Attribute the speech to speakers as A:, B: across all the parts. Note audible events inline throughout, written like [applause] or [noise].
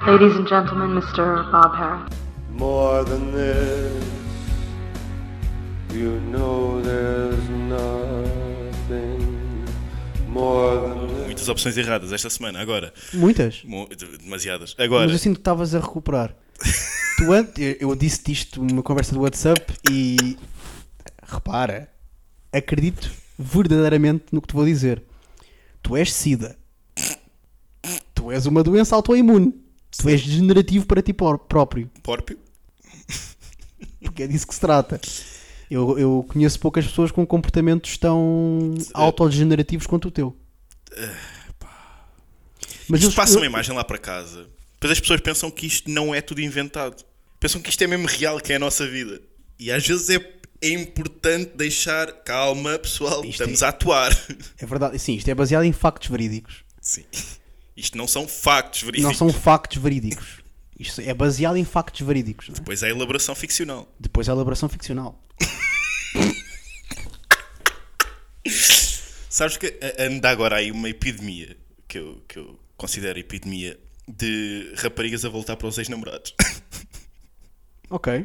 A: Ladies and gentlemen, Mr. Bob Harris.
B: More than this, you know there's nothing more than this.
C: Muitas opções erradas esta semana, agora.
D: Muitas.
C: Mu- de- Demasiadas. Agora.
D: Mas eu sinto que estavas a recuperar. tu antes, eu, eu disse-te isto numa conversa do WhatsApp e. Repara, acredito verdadeiramente no que te vou dizer. Tu és SIDA. Tu és uma doença autoimune. Tu és degenerativo para ti por- próprio.
C: Pórpio.
D: Porque é disso que se trata. Eu, eu conheço poucas pessoas com comportamentos tão autodegenerativos quanto o teu. Mas
C: Ah, Isto
D: eu-
C: passa
D: eu-
C: uma imagem lá para casa. Depois as pessoas pensam que isto não é tudo inventado. Pensam que isto é mesmo real, que é a nossa vida. E às vezes é, é importante deixar calma, pessoal.
D: Isto
C: estamos
D: é-
C: a
D: [laughs]
C: atuar.
D: É verdade, sim, isto é baseado em factos verídicos.
C: Sim. Isto não são factos
D: Não
C: verídicos.
D: são factos verídicos. Isto é baseado em factos verídicos. não é?
C: Pois é, elaboração ficcional.
D: Depois a elaboração ficcional.
C: Sabes que a- anda agora aí uma epidemia, que eu, que eu considero epidemia, de raparigas a voltar para os ex-namorados.
D: Ok.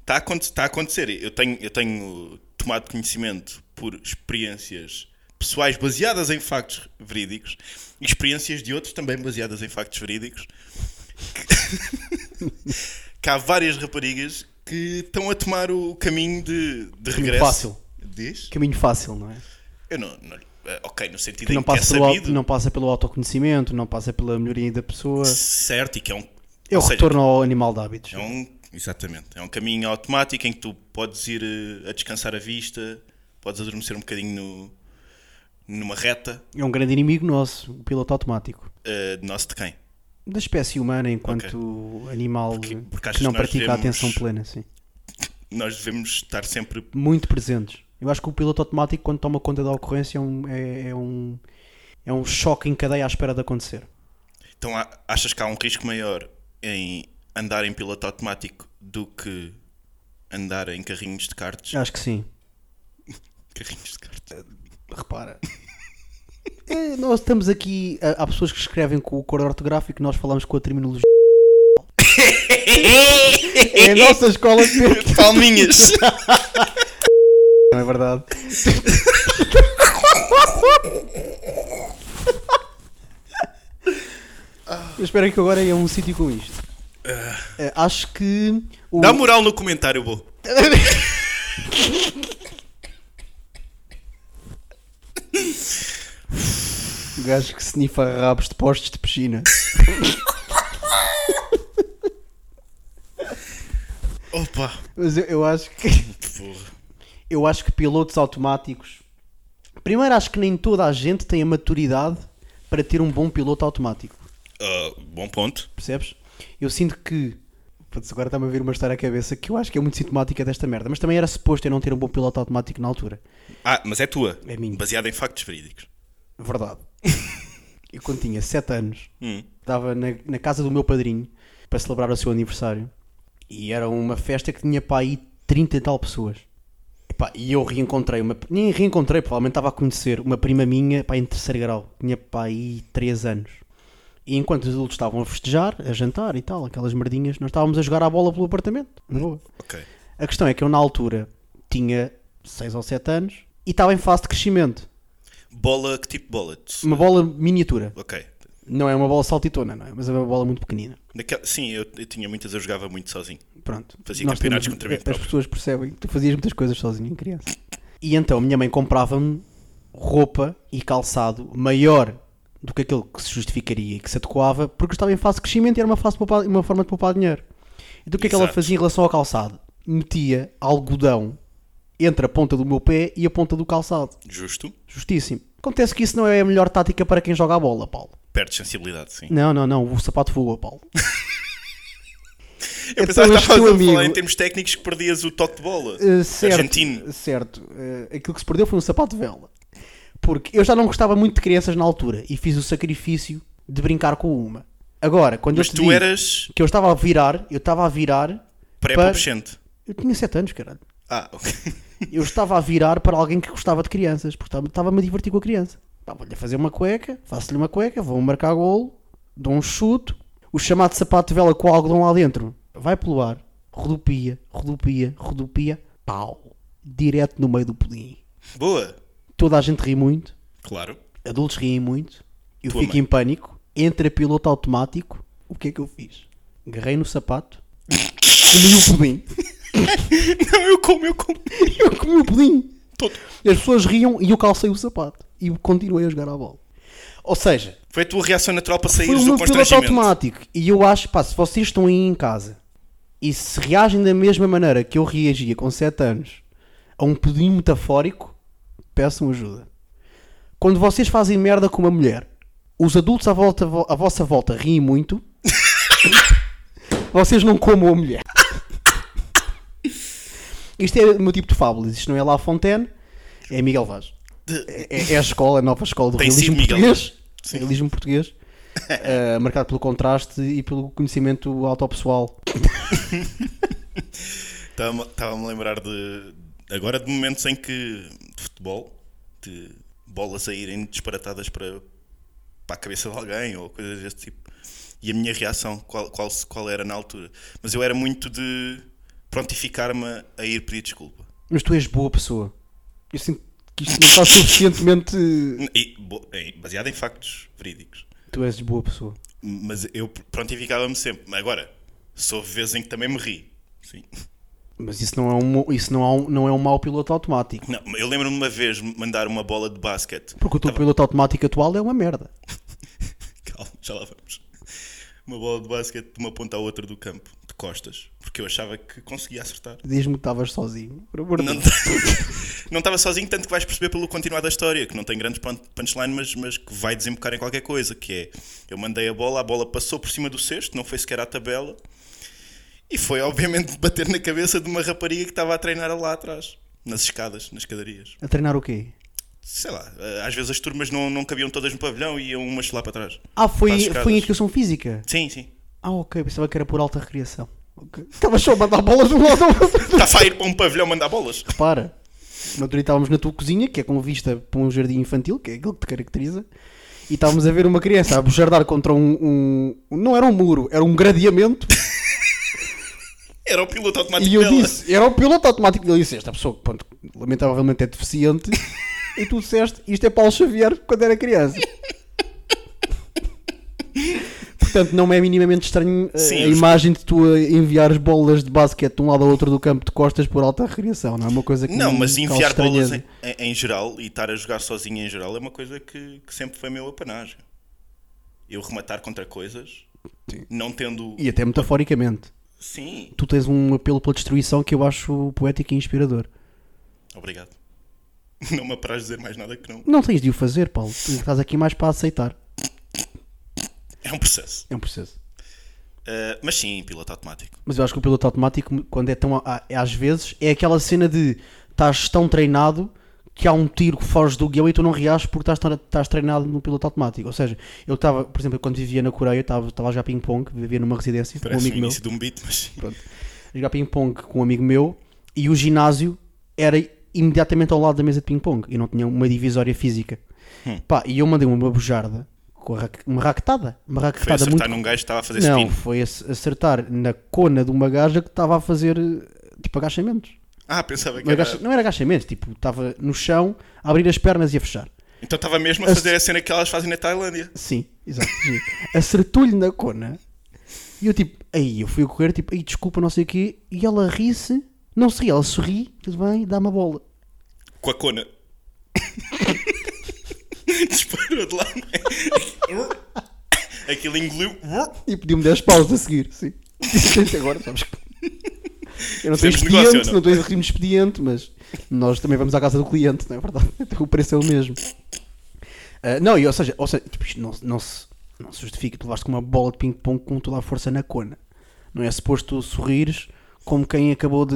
C: Está a, acon- tá a acontecer. Eu tenho, eu tenho tomado conhecimento por experiências pessoais baseadas em factos verídicos e experiências de outros também baseadas em factos verídicos. [laughs] Que, que há várias raparigas que estão a tomar o caminho de, de regresso.
D: fácil.
C: Diz?
D: Caminho fácil, não é?
C: Eu não, não- eh, ok, no sentido
D: Que não
C: em que é
D: passa, pelo, au-
C: sabido,
D: não passa pelo autoconhecimento, não passa pela melhoria da pessoa.
C: certo, e que é um.
D: É o
C: ou seja,
D: retorno ao animal de hábitos.
C: É um, exatamente. É um caminho automático em que tu podes ir eh, a descansar a vista, podes adormecer um bocadinho no- numa reta.
D: É um grande inimigo nosso, o piloto automático.
C: eh, de nosso de quem?
D: Da espécie humana enquanto animal
C: Porque- porque acho
D: que não
C: que nós
D: pratica a
C: devemos-
D: atenção plena, sim.
C: Nós devemos estar sempre.
D: Muito presentes. Eu acho que o piloto automático, quando toma conta da ocorrência, é um, é, é um, é um choque em cadeia à espera de acontecer.
C: Então há- achas que há um risco maior em andar em piloto automático do que andar em carrinhos de cartas?
D: Acho que sim.
C: Carrinhos de cartas.
D: Repara. [laughs] É, nós estamos aqui. há- Há pessoas que escrevem com o cor ortográfico e nós falamos com a terminologia. é a nossa escola de ver-
C: Palminhas!
D: [laughs] Não é verdade? Eu espero que agora é um sítio com isto. É, Acho que. O...
C: Dá moral no comentário, Bo.
D: O gajo que se nifa rabos de postes de piscina.
C: Opa!
D: Mas eu, eu acho que.
C: Porra.
D: Eu acho que pilotos automáticos. Primeiro, acho que nem toda a gente tem a maturidade para ter um bom piloto automático.
C: Ah, bom ponto.
D: Percebes? Eu sinto que. Putz, agora está-me a vir uma história à cabeça que eu acho que é muito sintomática desta merda. Mas também era suposto eu não ter um bom piloto automático na altura.
C: Ah, mas é tua.
D: É minha.
C: Baseada em factos verídicos.
D: Verdade. [laughs] eu quando tinha 7 anos,
C: Hum.
D: estava na, na casa do meu padrinho para celebrar o seu aniversário e era uma festa que tinha para aí 30 e tal pessoas. Epá, e eu reencontrei uma. Nem reencontrei, provavelmente estava a conhecer uma prima minha pá, em terceiro grau, tinha para aí 3 anos. E enquanto os adultos estavam a festejar, a jantar e tal, aquelas merdinhas, nós estávamos a jogar a bola pelo apartamento. Na boa.
C: Ok.
D: A questão é que eu, na altura, tinha 6 ou 7 anos e estava em fase de crescimento.
C: Bola, que tipo de bola? Tu-
D: Uma bola miniatura.
C: Ok.
D: Não é uma bola saltitona, não é? Mas é uma bola muito pequenina.
C: Daquela- Sim, eu, eu tinha muitas, eu jogava muito sozinho.
D: Pronto.
C: Fazia campeonatos contra mim
D: As
C: próprio.
D: pessoas percebem que tu fazias muitas coisas sozinho em criança. E então, minha mãe comprava-me roupa e calçado maior do que aquele que se justificaria e que se adequava, porque eu estava em fase de crescimento e era uma, fase de poupar- uma forma de poupar dinheiro. Então, o que é que ela
C: Exato.
D: fazia em relação ao calçado? Metia algodão entre a ponta do meu pé e a ponta do calçado.
C: Justo.
D: Justíssimo. Acontece que isso não é a melhor tática para quem joga a bola, Paulo.
C: Perdes sensibilidade, sim.
D: Não, não, não. O sapato voa, Paulo.
C: Eu
D: Então
C: pensava que estavas
D: este teu
C: a falar
D: amigo-
C: em termos técnicos que perdias o toque de bola.
D: Uh, certo,
C: Argentino.
D: Certo. Uh, aquilo que se perdeu foi um sapato de vela. Porque eu já não gostava muito de crianças na altura e fiz o sacrifício de brincar com uma. Agora, quando
C: Mas
D: eu te
C: tu
D: digo
C: eras
D: que eu estava a virar, eu estava a virar.
C: pré-pubescente.
D: Eu tinha 7 anos, caralho.
C: Ah, ok. [laughs]
D: Eu estava a virar para alguém que gostava de crianças, porque estava- estava-me a divertir com a criança. Pá, Vou-lhe fazer uma cueca, faço-lhe uma cueca, vou marcar golo, dou um chute. o chamado sapato de vela com algodão lá dentro vai pelo ar, rodopia, rodopia, rodopia, pau, direto no meio do pudim.
C: Boa.
D: Toda a gente ri muito,
C: Claro.
D: adultos riem muito, eu
C: Tua
D: fico
C: mãe.
D: em pânico, entra piloto automático, o que é que eu fiz? Agarrei no
C: [laughs]
D: sapato, comi o pudim,
C: Não, eu como, eu como.
D: [laughs] eu comi o pudim.
C: Todo.
D: As pessoas riam e eu calcei o sapato e continuei a jogar à bola. Ou seja,
C: Foi a tua reação natural para
D: foi
C: saíres
D: um
C: do
D: piloto
C: constrangimento.
D: automático. E eu acho, pá, se vocês estão aí em casa e se reagem da mesma maneira que eu reagia com 7 anos a um pudim metafórico, peçam ajuda. Quando vocês fazem merda com uma mulher, os adultos à, volta, à vossa volta riem muito, vocês não comam a mulher. Isto é o meu tipo de fábulas. Isto não é La Fontaine, é Miguel Vaz. É, é a escola, a nova escola do
C: Tem
D: realismo
C: sido Miguel
D: português.
C: Sim.
D: Realismo português.
C: [laughs]
D: eh, marcado pelo contraste e pelo conhecimento autopessoal.
C: Estava-me estava-me a lembrar de. Agora de momentos em que. de futebol, de bolas a irem disparatadas para, para a cabeça de alguém ou coisas desse tipo. E a minha reação, qual, qual, se- qual era na altura? Mas eu era muito de prontificar-me a ir pedir desculpa.
D: Mas tu és boa pessoa. Eu sinto que isto
C: [laughs]
D: não está suficientemente.
C: E, bo- em- baseado em factos verídicos.
D: Tu és boa pessoa.
C: Mas eu prontificava-me sempre. Mas Agora, só houve vezes em que também me ri. Sim.
D: Mas isso não é um, mo- isso não é um, não é um mau piloto automático.
C: Não, eu lembro-me de uma vez mandar uma bola de basquete.
D: Porque o teu piloto automático atual é uma merda.
C: [laughs] Calma, já lá vamos. Uma bola de basquete de uma ponta à outra do campo, de costas, porque eu achava que conseguia acertar.
D: Diz-me que estavas sozinho. Por amor de
C: Não
D: Deus.
C: [laughs] não estava sozinho, tanto que vais perceber pelo continuar da história, que não tem grandes pun- punchline, mas, mas que vai desembocar em qualquer coisa, que é, eu mandei a bola, a bola passou por cima do cesto, não foi sequer à tabela, e foi obviamente [laughs] bater na cabeça de uma rapariga que estava a treinar lá atrás, nas escadas, nas escadarias.
D: A treinar o quê?
C: Sei lá, eh, às vezes as turmas não, não cabiam todas no pavilhão e iam umas lá para trás.
D: Ah,
C: Para as
D: foi,
C: escadas.
D: foi em educação física.
C: Sim, sim.
D: Ah, ok. Pensava que era por alta recreação.
C: [laughs]
D: Ok. Estavas só a mandar bolas de um lado ao outro.
C: Estava a ir para um pavilhão mandar bolas.
D: Repara. No outro dia estávamos na tua cozinha, que é com vista para um jardim infantil, que é aquilo que te caracteriza, e estávamos a ver uma criança a bujardar contra um, um- um- Não era um muro, era um gradeamento.
C: Era o piloto automático
D: e eu
C: dela.
D: disse, era o piloto automático. E ele disse: Esta pessoa, pronto, lamentavelmente
C: [laughs]
D: é deficiente. e tu disseste: Isto é Paulo Xavier quando era criança. Portanto, não me é minimamente estranho eh,
C: Sim,
D: a
C: eu-
D: imagem de tu a enviares bolas de basquete de um lado ao outro do campo de costas por alta recreação. Não é uma coisa que
C: Não,
D: me
C: mas
D: cause
C: enviar bolas é-
D: estranheza.
C: em, em- em geral e estar a jogar sozinho em geral é uma coisa que, que sempre foi meu apanágio. Eu rematar contra coisas,
D: Sim.
C: não tendo.
D: E até metaforicamente.
C: Sim,
D: Tu tens um apelo pela destruição que eu acho poético e inspirador.
C: obrigado. [laughs] Não me apraz dizer mais nada que não.
D: Não tens de o fazer, Paulo. Tu estás aqui mais para aceitar.
C: É um processo.
D: É um processo.
C: Ah, mas sim, piloto automático.
D: Mas eu acho que o piloto automático, quando é tão. a- é Às vezes, é aquela cena de estás tão treinado que há um tiro que foge do guião e tu não reages porque estás, tão- estás treinado no piloto automático. Ou seja, eu estava, por exemplo, quando vivia na Coreia, estava estava a jogar ping-pong, vivia numa residência com um
C: Parece o
D: amigo meu.
C: início de um beat, mas sim.
D: Pronto. A jogar ping-pong com um amigo meu e o ginásio era imediatamente ao lado da mesa de ping-pong e não tinha uma divisória física.
C: Hum.
D: Pá, e eu mandei uma bujarda com a raque- uma raquetada. Uma
C: Foi
D: raquetada
C: acertar
D: muito.
C: num gajo que estava a fazer
D: Não,
C: spin.
D: foi ac- acertar na cona de uma gaja que estava a fazer eh, tipo agachamentos.
C: Ah, pensava que
D: Uma
C: era.
D: agacha- Não era agachamento, tipo, estava no chão a abrir as pernas e a fechar.
C: Então estava mesmo a
D: Ac-
C: fazer a cena que elas fazem na Tailândia.
D: Sim, exato. sim. [laughs] Acertou-lhe na cona. E eu tipo, aí eu fui a correr, tipo, aí desculpa, não sei o quê. E ela ri-se, não se ri, ela sorri, tudo bem, dá-me a bola.
C: Com a cona. [laughs] Disparou de lá. não é? Aquilo engoliu.
D: Ah, E pediu-me 10 paus a seguir, sim.
C: [laughs]
D: Portanto, Agora sabes que. Eu não tenho
C: Fizemos negócio,
D: expediente,
C: não?
D: não tenho regime de expediente, mas nós também vamos à casa do cliente, não é verdade? [laughs] Então O preço é o mesmo. Ah, não, e, ou seja, ou seja tipo, isto não, se- não, se, não se justifica. Tu levaste com uma bola de ping-pong com toda a força na cona. Não é suposto tu sorrires como quem acabou de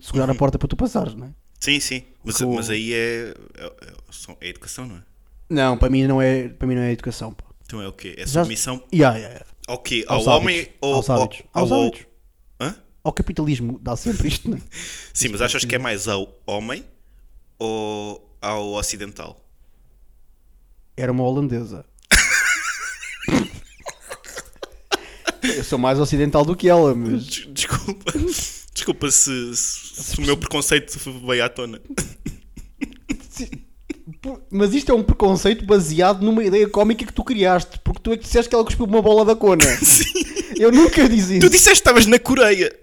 D: segurar
C: Uhum.
D: a porta para tu passares, não é?
C: Sim, sim. Mas,
D: Com-
C: mas aí é, é- é- são- é educação, não é?
D: Não, para mim não é, para mim não é educação. Pá.
C: Então é o quê? É
D: Já-
C: submissão
D: Yeah, yeah, yeah.
C: ao quê? Ao
D: Aos
C: homem
D: hábitos.
C: ou
D: aos hábitos.
C: Ao,
D: Aos
C: ao-
D: hábitos.
C: Hã?
D: Ao capitalismo dá sempre isto, não é?
C: Sim, mas achas que é mais ao homem ou ao ocidental?
D: Era uma holandesa. [laughs] Eu sou mais ocidental do que ela, mas.
C: Des- Desculpa. [laughs] Desculpa se, se- se o meu preconceito veio à tona. [laughs]
D: Por- Mas isto é um preconceito baseado numa ideia cómica que tu criaste, porque tu é que disseste que ela cuspiu uma bola da [laughs] cona. Eu nunca disse
C: Tu
D: isso.
C: disseste que estavas na Coreia.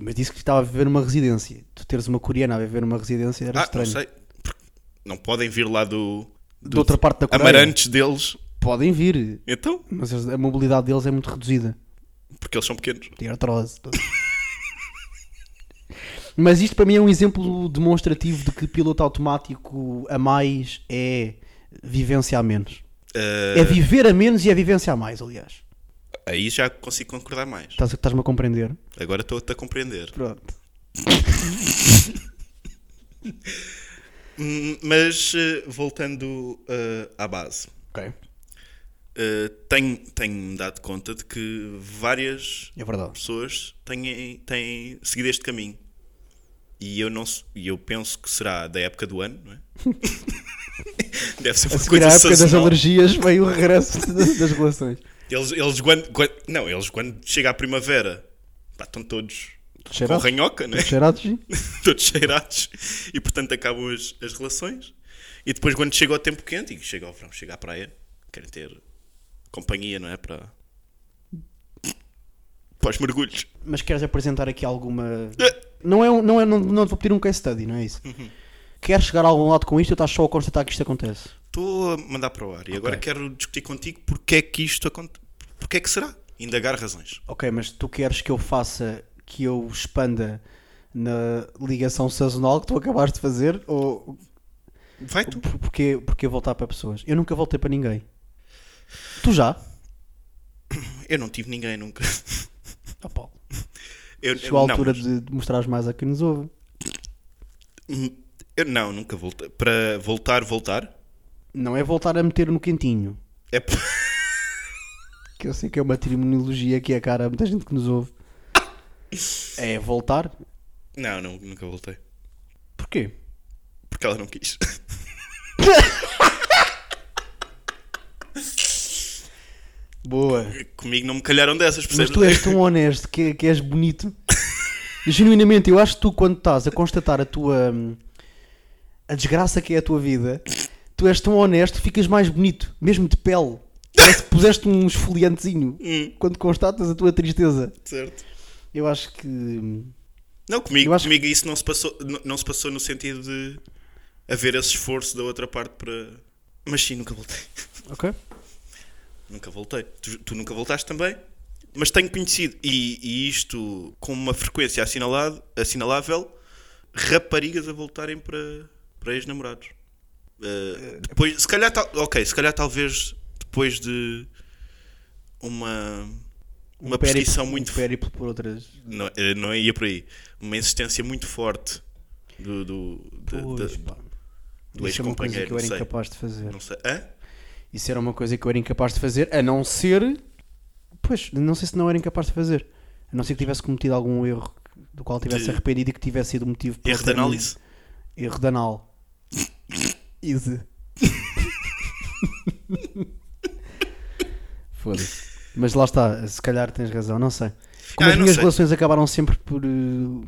D: Mas disse que estava a viver numa residência. Tu teres uma coreana a viver numa residência era
C: Ah, não
D: estranho.
C: sei. Porque Não podem vir lá do.
D: De outra parte da Coreia.
C: Amarantes deles.
D: Podem vir,
C: Então?
D: mas a mobilidade deles é muito reduzida.
C: Porque eles são pequenos.
D: Tem artrose. [laughs] mas isto para mim é um exemplo demonstrativo de que piloto automático a mais é vivência a menos.
C: Ah,
D: É viver a menos e é vivência a mais, aliás.
C: Aí já consigo concordar mais.
D: Estás- Estás-me a compreender?
C: Agora estou-te a compreender.
D: Pronto.
C: Hum, Mas eh, voltando eh, à base,
D: Ok.
C: eh, tenho, tenho-me dado conta de que várias
D: É verdade.
C: pessoas têm, têm seguido este caminho. E eu, não, se- e eu penso que será da época do ano,
D: [laughs]
C: não é? Deve ser
D: A
C: uma
D: seguir à
C: coisa
D: época é das
C: sazonal.
D: alergias veio o regresso das, das relações.
C: Eles, eles quando, quando- não, eles quando chega a primavera, pá, estão todos com
D: Cheirados?
C: ranhoca,
D: [laughs]
C: não [laughs] é?
D: Cheirados? sim.
C: [laughs] todos cheirados e portanto acabam as, as relações e depois quando chega o tempo quente e chega ao verão, chega à praia, querem ter companhia, não é? Para, para os mergulhos.
D: Mas queres apresentar aqui alguma. Não é, um- não é não, não te vou pedir um case study, não é isso?
C: Uhum.
D: Queres chegar a algum lado com isto ou estás só a constatar que isto acontece?
C: Estou a mandar para o ar e agora quero discutir contigo porque é que isto acontece, porque é que será? Indagar razões.
D: Ok, mas tu queres que eu faça, que eu expanda na ligação sazonal que tu acabaste de fazer ou
C: Vai tu.
D: por- porque, porque voltar para pessoas? Eu nunca voltei para ninguém. Tu já?
C: Eu não tive ninguém nunca. [laughs]
D: Oh, Paulo.
C: Eu, eu-
D: Chegou a
C: não,
D: altura
C: mas-
D: de, de mostrares mais a quem nos ouve.
C: Hum, eu não, nunca voltei. Para voltar, voltar
D: Não é voltar a meter no quentinho.
C: é p-
D: Que eu sei que é uma terminologia que é cara a muita gente que nos ouve. É voltar?
C: [laughs] não, não, nunca voltei.
D: Porquê?
C: Porque ela não quis. [laughs]
D: Boa.
C: Comigo não me calharam dessas,
D: Mas
C: percebes?
D: tu és tão honesto que, que és bonito. Genuinamente, eu acho que tu, quando estás a constatar a tua. hum, a desgraça que é a tua vida, tu és tão honesto que ficas mais bonito, mesmo de pele. Parece que puseste um esfoliantezinho
C: Hum.
D: quando constatas a tua tristeza.
C: Certo.
D: Eu acho que. hum,
C: Não, comigo,
D: Eu acho
C: comigo isso não se, passou, não, não se passou no sentido de haver esse esforço da outra parte para. Mas sim, nunca voltei.
D: Ok?
C: nunca voltei. Tu, tu nunca voltaste também? Mas tenho conhecido, e, e isto com uma frequência assinalado, assinalável, raparigas a voltarem para, para ex-namorados.
D: Eh,
C: Uh, depois, se calhar, tal- ok, se calhar talvez depois de uma, uma perseguição muito
D: um périplo por outras.
C: Não, eh, não ia por aí. Uma insistência muito forte do, do, de-
D: Pois,
C: de-
D: pá.
C: do
D: Isso é uma coisa
C: ex-companheiro.
D: que eu
C: não
D: era
C: sei.
D: incapaz de fazer.
C: Não sei. Hã?
D: Isso era uma coisa que eu era incapaz de fazer, a não ser. Pois, não sei se não era incapaz de fazer. A não ser que tivesse cometido algum erro do qual tivesse
C: De-
D: arrependido e que tivesse sido motivo para.
C: Erro de
D: ter-
C: análise?
D: Erro
C: [laughs]
D: de anal. Easy. [laughs] Foda-se. Mas lá está, se calhar tens razão, não sei.
C: Ah,
D: Como as
C: eu não
D: minhas
C: sei.
D: relações acabaram sempre por. eh,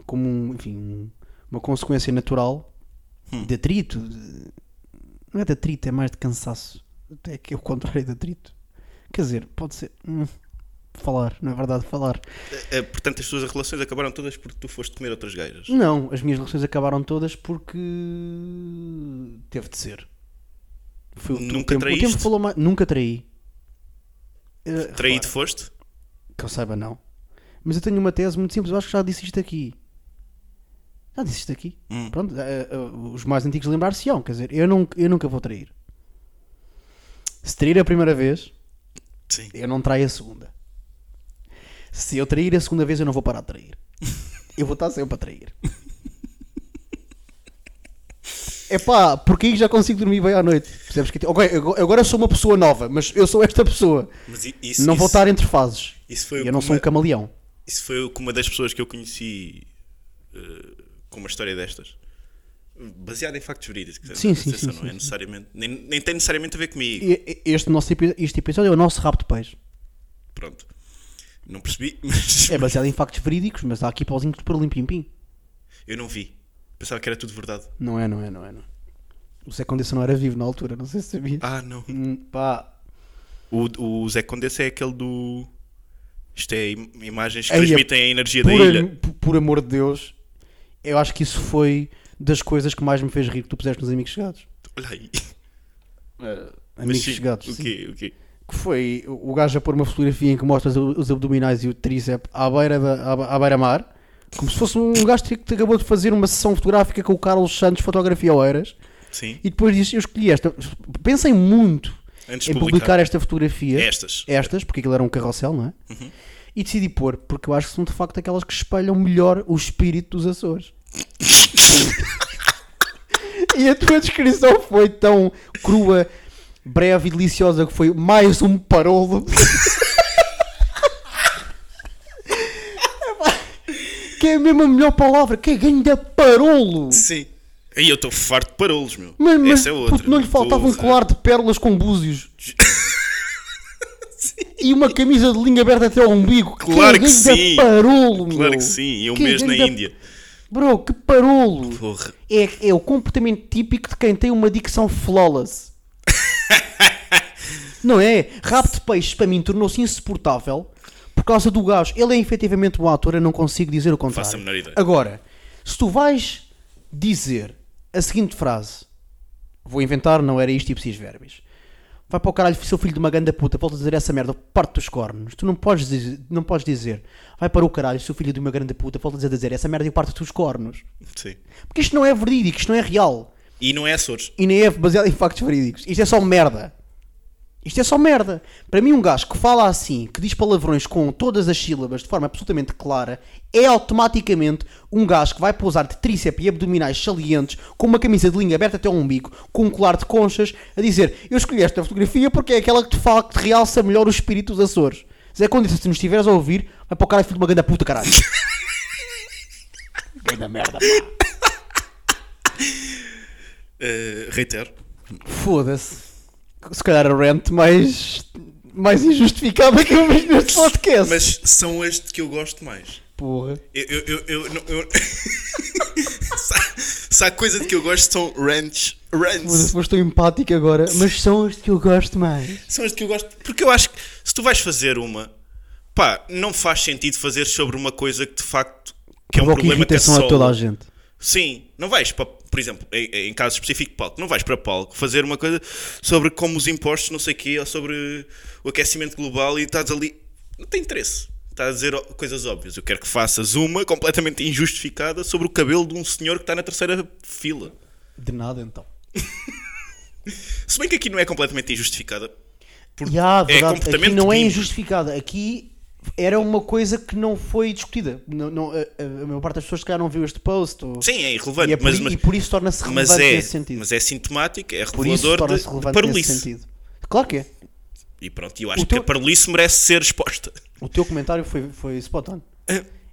D: como um- enfim, um- uma consequência natural
C: Hum.
D: de atrito. de- Não é de atrito, é mais de cansaço. É que é o contrário de atrito. Quer dizer, pode ser. hum, falar, não é verdade, falar.
C: Eh, eh, Portanto, as tuas relações acabaram todas porque tu foste comer outras gajas.
D: Não, as minhas relações acabaram todas porque teve de ser. Foi o que o
C: Nunca
D: tempo, o
C: traíste?
D: tempo falou mais. Nunca traí. Eh,
C: Traído foste?
D: Que eu saiba, não. Mas eu tenho uma tese muito simples, eu acho que já disse isto aqui. Já disse isto aqui.
C: Hum.
D: Pronto, eh, eh, os mais antigos lembrar-se-ão, quer dizer, eu, nunca- eu nunca vou trair. Se trair a primeira vez,
C: Sim.
D: eu não traio a segunda. Se eu trair a segunda vez, eu não vou parar de trair. Eu vou estar sempre a trair. É pá, porque aí já consigo dormir bem à noite. Percebes que eu te- ok, ago- agora eu sou uma pessoa nova, mas eu sou esta pessoa.
C: Mas i- isso,
D: não
C: isso,
D: vou estar entre fases.
C: isso foi
D: E
C: o
D: eu não
C: que
D: sou um
C: uma-
D: camaleão.
C: Isso foi o que uma das pessoas que eu conheci eh, com uma história destas. Baseada em factos verídicos.
D: Sim,
C: Não
D: sim,
C: sei se
D: sim,
C: Não
D: sim,
C: é necessariamente, nem, nem tem necessariamente a ver comigo.
D: E- e- Este, nosso, epi- este episódio é o nosso rabo de peixe.
C: Pronto. Não percebi, [laughs] mas
D: É baseado em factos verídicos, mas há aqui pauzinhos por limpimpim.
E: eu não vi. Pensava que era tudo verdade.
D: Não é, não é, não é. Não. é. O Zé Condessa não era vivo na altura, não sei se sabia.
C: Ah, não.
D: Hum, pá,
C: O, o Zé Condessa é aquele do. Isto é im- imagens que
D: Ei, é
C: transmitem a energia da
D: por,
C: ilha.
D: am- por- por amor de Deus, eu acho que isso foi das coisas que mais me fez rir que tu puseste nos Amigos Chegados.
C: Olha aí. Mas
D: Amigos
C: sim,
D: Chegados.
C: O
D: sim.
C: quê? O quê?
D: que foi o o gajo a pôr uma fotografia em que mostras o- os abdominais e o tríceps à beira da, à, à beira-mar, como se fosse um gajo que acabou de fazer uma sessão fotográfica com o Carlos Santos, fotografia Oeiras,
C: Sim.
D: e depois disse: Eu escolhi esta. Pensem muito
C: Antes
D: em
C: de
D: publicar,
C: publicar. É.
D: esta fotografia,
C: Estas.
D: estas, porque aquilo era um carrossel, não é?
C: Uhum.
D: E decidi pôr, porque eu acho que são de facto aquelas que espelham melhor o espírito dos Açores. e a tua descrição foi tão crua, breve e deliciosa que foi mais um parolo. Epá, que é mesmo a melhor palavra, que é ganha parolo.
C: Sim. Aí eu estou farto de parolos, meu.
D: Mas, mas
C: Essa é outra.
D: puto, não lhe faltava um
C: Porra.
D: colar de pérolas
C: [laughs]
D: com búzios. E uma camisa de linha aberta até ao umbigo.
C: Claro que
D: ganda
C: sim.
D: um Parolo, meu.
C: Claro que sim. E um
D: Que
C: mês na
D: ganda-
C: Índia.
D: Bro, que parolo.
C: Porra.
D: É, é o comportamento típico de quem tem uma
C: [laughs]
D: dicção flawless. não é? Rabo de peixe para mim tornou-se insuportável por causa do gajo. Ele é efetivamente um ator, eu não consigo dizer o contrário.
C: Faço a menor ideia.
D: Agora, se tu vais dizer a seguinte frase, vou inventar, não era isto e preciso verbis. Vai para o caralho, seu filho de uma ganda puta, volta a dizer essa merda, parte dos cornos. Tu não podes, dizer, não podes dizer, vai para o caralho, seu filho de uma grande puta, volta a dizer essa merda e parte dos cornos.
C: Sim.
D: Porque isto não é verídico, isto não é real.
C: E não é Açores.
D: E nem é baseado em factos verídicos. Isto é só merda. Isto é só merda. Para mim, um gajo que fala assim, que diz palavrões com todas as sílabas de forma absolutamente clara, é automaticamente um gajo que vai pousar de tríceps e abdominais salientes, com uma camisa de linha aberta até ao umbigo, com um colar de conchas, a dizer: Eu escolhi esta fotografia porque é aquela que de facto realça melhor o espírito dos Açores. Zé Condessa, se nos estiveres a ouvir, vai para o caralho, filho de uma ganda puta, caralho. ganda merda, pá.
C: Eh, reitero.
D: Foda-se. Se calhar a rant mais, mais injustificável que eu vejo neste podcast.
C: Mas são este que eu gosto mais.
D: Porra.
C: Eu, eu, eu, eu, não- eu... [laughs] se, há, se há coisa de que eu gosto são rants.
D: Foda-se,
C: Rants.
D: mas estou empático agora. Mas são os que eu gosto mais.
C: São este que eu gosto. Porque eu acho que se tu vais fazer uma, pá, não faz sentido fazer sobre uma coisa que de facto que é um
D: Provoca
C: problema que é
D: irritação
C: só.
D: a toda a gente.
C: Sim, não vais para, por exemplo, em, em caso específico de palco, não vais para palco fazer uma coisa sobre como os impostos, não sei o quê, ou sobre o aquecimento global e estás ali. Não tem interesse. Estás a dizer ó- coisas óbvias. Eu quero que faças uma completamente injustificada sobre o cabelo de um senhor que está na terceira fila.
D: De nada então.
C: Se bem que aqui não é completamente injustificada. porque
D: Ya, verdade. Aqui não é
C: de-
D: injustificada. Aqui era uma coisa que não foi discutida. Não, não- a, a- a maior parte das pessoas, se calhar, não viu este post. Ou...
C: Sim, é
D: e,
C: irrelevante.
D: é por,
C: mas,
D: i-
C: mas,
D: e por isso torna-se
C: mas
D: relevante
C: é,
D: nesse sentido.
C: mas é sintomático, é
D: por isso
C: revelador de,
D: torna-se
C: de
D: relevante nesse
C: parolice.
D: sentido. Claro que é.
C: E pronto, eu acho
D: O teu-
C: que a parolice merece ser exposta. [laughs]
D: O teu comentário foi, foi spot on.